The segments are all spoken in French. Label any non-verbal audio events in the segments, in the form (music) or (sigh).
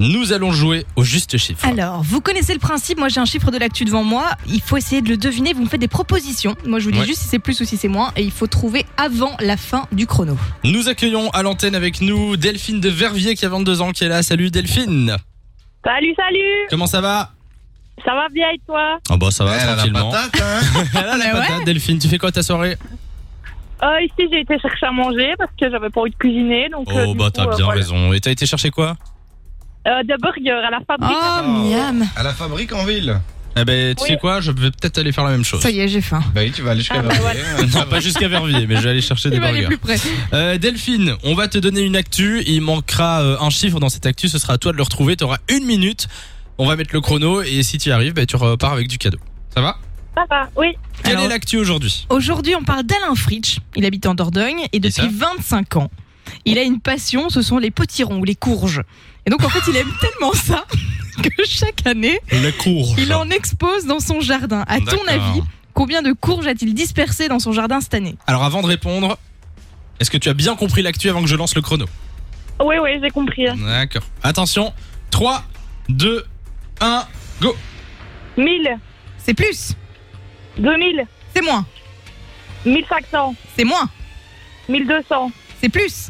Nous allons jouer au juste chiffre. Alors, vous connaissez le principe. Moi, j'ai un chiffre de l'actu devant moi. Il faut essayer de le deviner. Vous me faites des propositions. Moi, je vous dis Ouais. juste si c'est plus ou si c'est moins. Et il faut trouver avant la fin du chrono. Nous accueillons à l'antenne avec nous Delphine de Verviers qui a 22 ans qui est là. Salut Delphine. Salut, salut Comment ça va Ça va bien et toi Ah bah ça va Elle a la tranquillement. patate, hein. Elle a la Mais ouais. patate, Delphine, tu fais quoi ta soirée euh, Ici, j'ai été chercher à manger parce que j'avais pas envie de cuisiner. Donc, euh, Oh du bah coup, t'as euh, bien voilà. raison. Et t'as été chercher quoi Euh, de burger à la fabrique. Oh, miam. (laughs) À la fabrique en ville. Eh ben tu Oui. sais quoi, je vais peut-être aller faire la même chose. Ça y est, j'ai faim. Bah oui, tu vas aller jusqu'à Ah, bah Verviers, hein. (laughs) Non, pas jusqu'à Verviers, mais je vais aller chercher des Il va aller burgers. plus près. Euh, Delphine, on va te donner une actu. Il manquera euh, un chiffre dans cette actu. Ce sera à toi de le retrouver. T'auras une minute. On va mettre le chrono et si tu y arrives, bah, tu repars avec du cadeau. Ça va Ça va, oui. Quelle Alors- est l'actu aujourd'hui Aujourd'hui, on parle d'Alain Fritsch. Il habite en Dordogne et ça depuis 25 ans, il a une passion, ce sont les potirons ou les courges. Et donc, en fait, (laughs) il aime tellement ça que chaque année, Le cours. il en expose dans son jardin. À ton D'accord. avis, combien de courges a-t-il dispersées dans son jardin cette année Alors avant de répondre, est-ce que tu as bien compris l'actu avant que je lance le chrono Oui, oui, j'ai compris. D'accord. Attention, 3, 2, 1, 1000, C'est plus, 2000, c'est moins, 1500, c'est moins, 1200, c'est plus.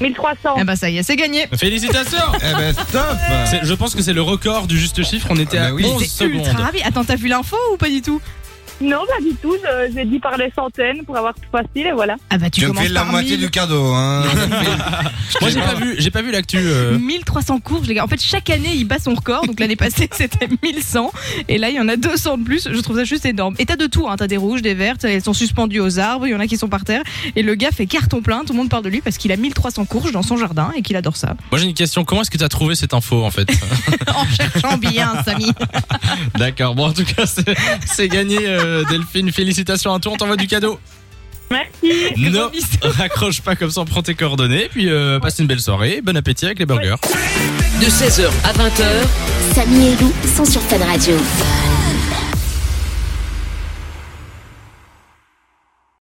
1300. Ah bah ça y est, c'est gagné. félicitations Eh ben stop C'est- Je pense que c'est le record du juste chiffre. On était Ah bah à oui. 11 C'est ultra secondes. ravi. Attends, t'as vu l'info ou pas du tout Non, pas du tout. je- J'ai dit par les centaines pour avoir plus facile et voilà. Ah bah tu, Tu me commences fais la par moitié 1000. du cadeau, hein. (laughs) Moi j'ai pas vu, j'ai pas vu l'actu. euh, 1300 courges, les gars. En fait, chaque année, il bat son record. Donc l'année passée, (laughs) c'était 1100. Et là, il y en a 200 de plus. Je trouve ça juste énorme. Et t'as de tout. Hein. T'as des rouges, des vertes. Elles sont suspendues aux arbres. Il y en a qui sont par terre. Et le gars fait carton plein. Tout le monde parle de lui parce qu'il a 1300 courges dans son jardin et qu'il adore ça. Moi j'ai une question. Comment est-ce que tu as trouvé cette info en fait (laughs) en cherchant bien, Samy. (laughs) D'accord, bon en tout cas c'est- c'est gagné euh, Delphine, félicitations à toi, on t'envoie du cadeau. Merci. Non, bisous. raccroche pas comme ça, on prend tes coordonnées, puis euh, passe une belle soirée, bon appétit avec les burgers. De 16h à 20h, Samy et Lou sont sur Fan Radio.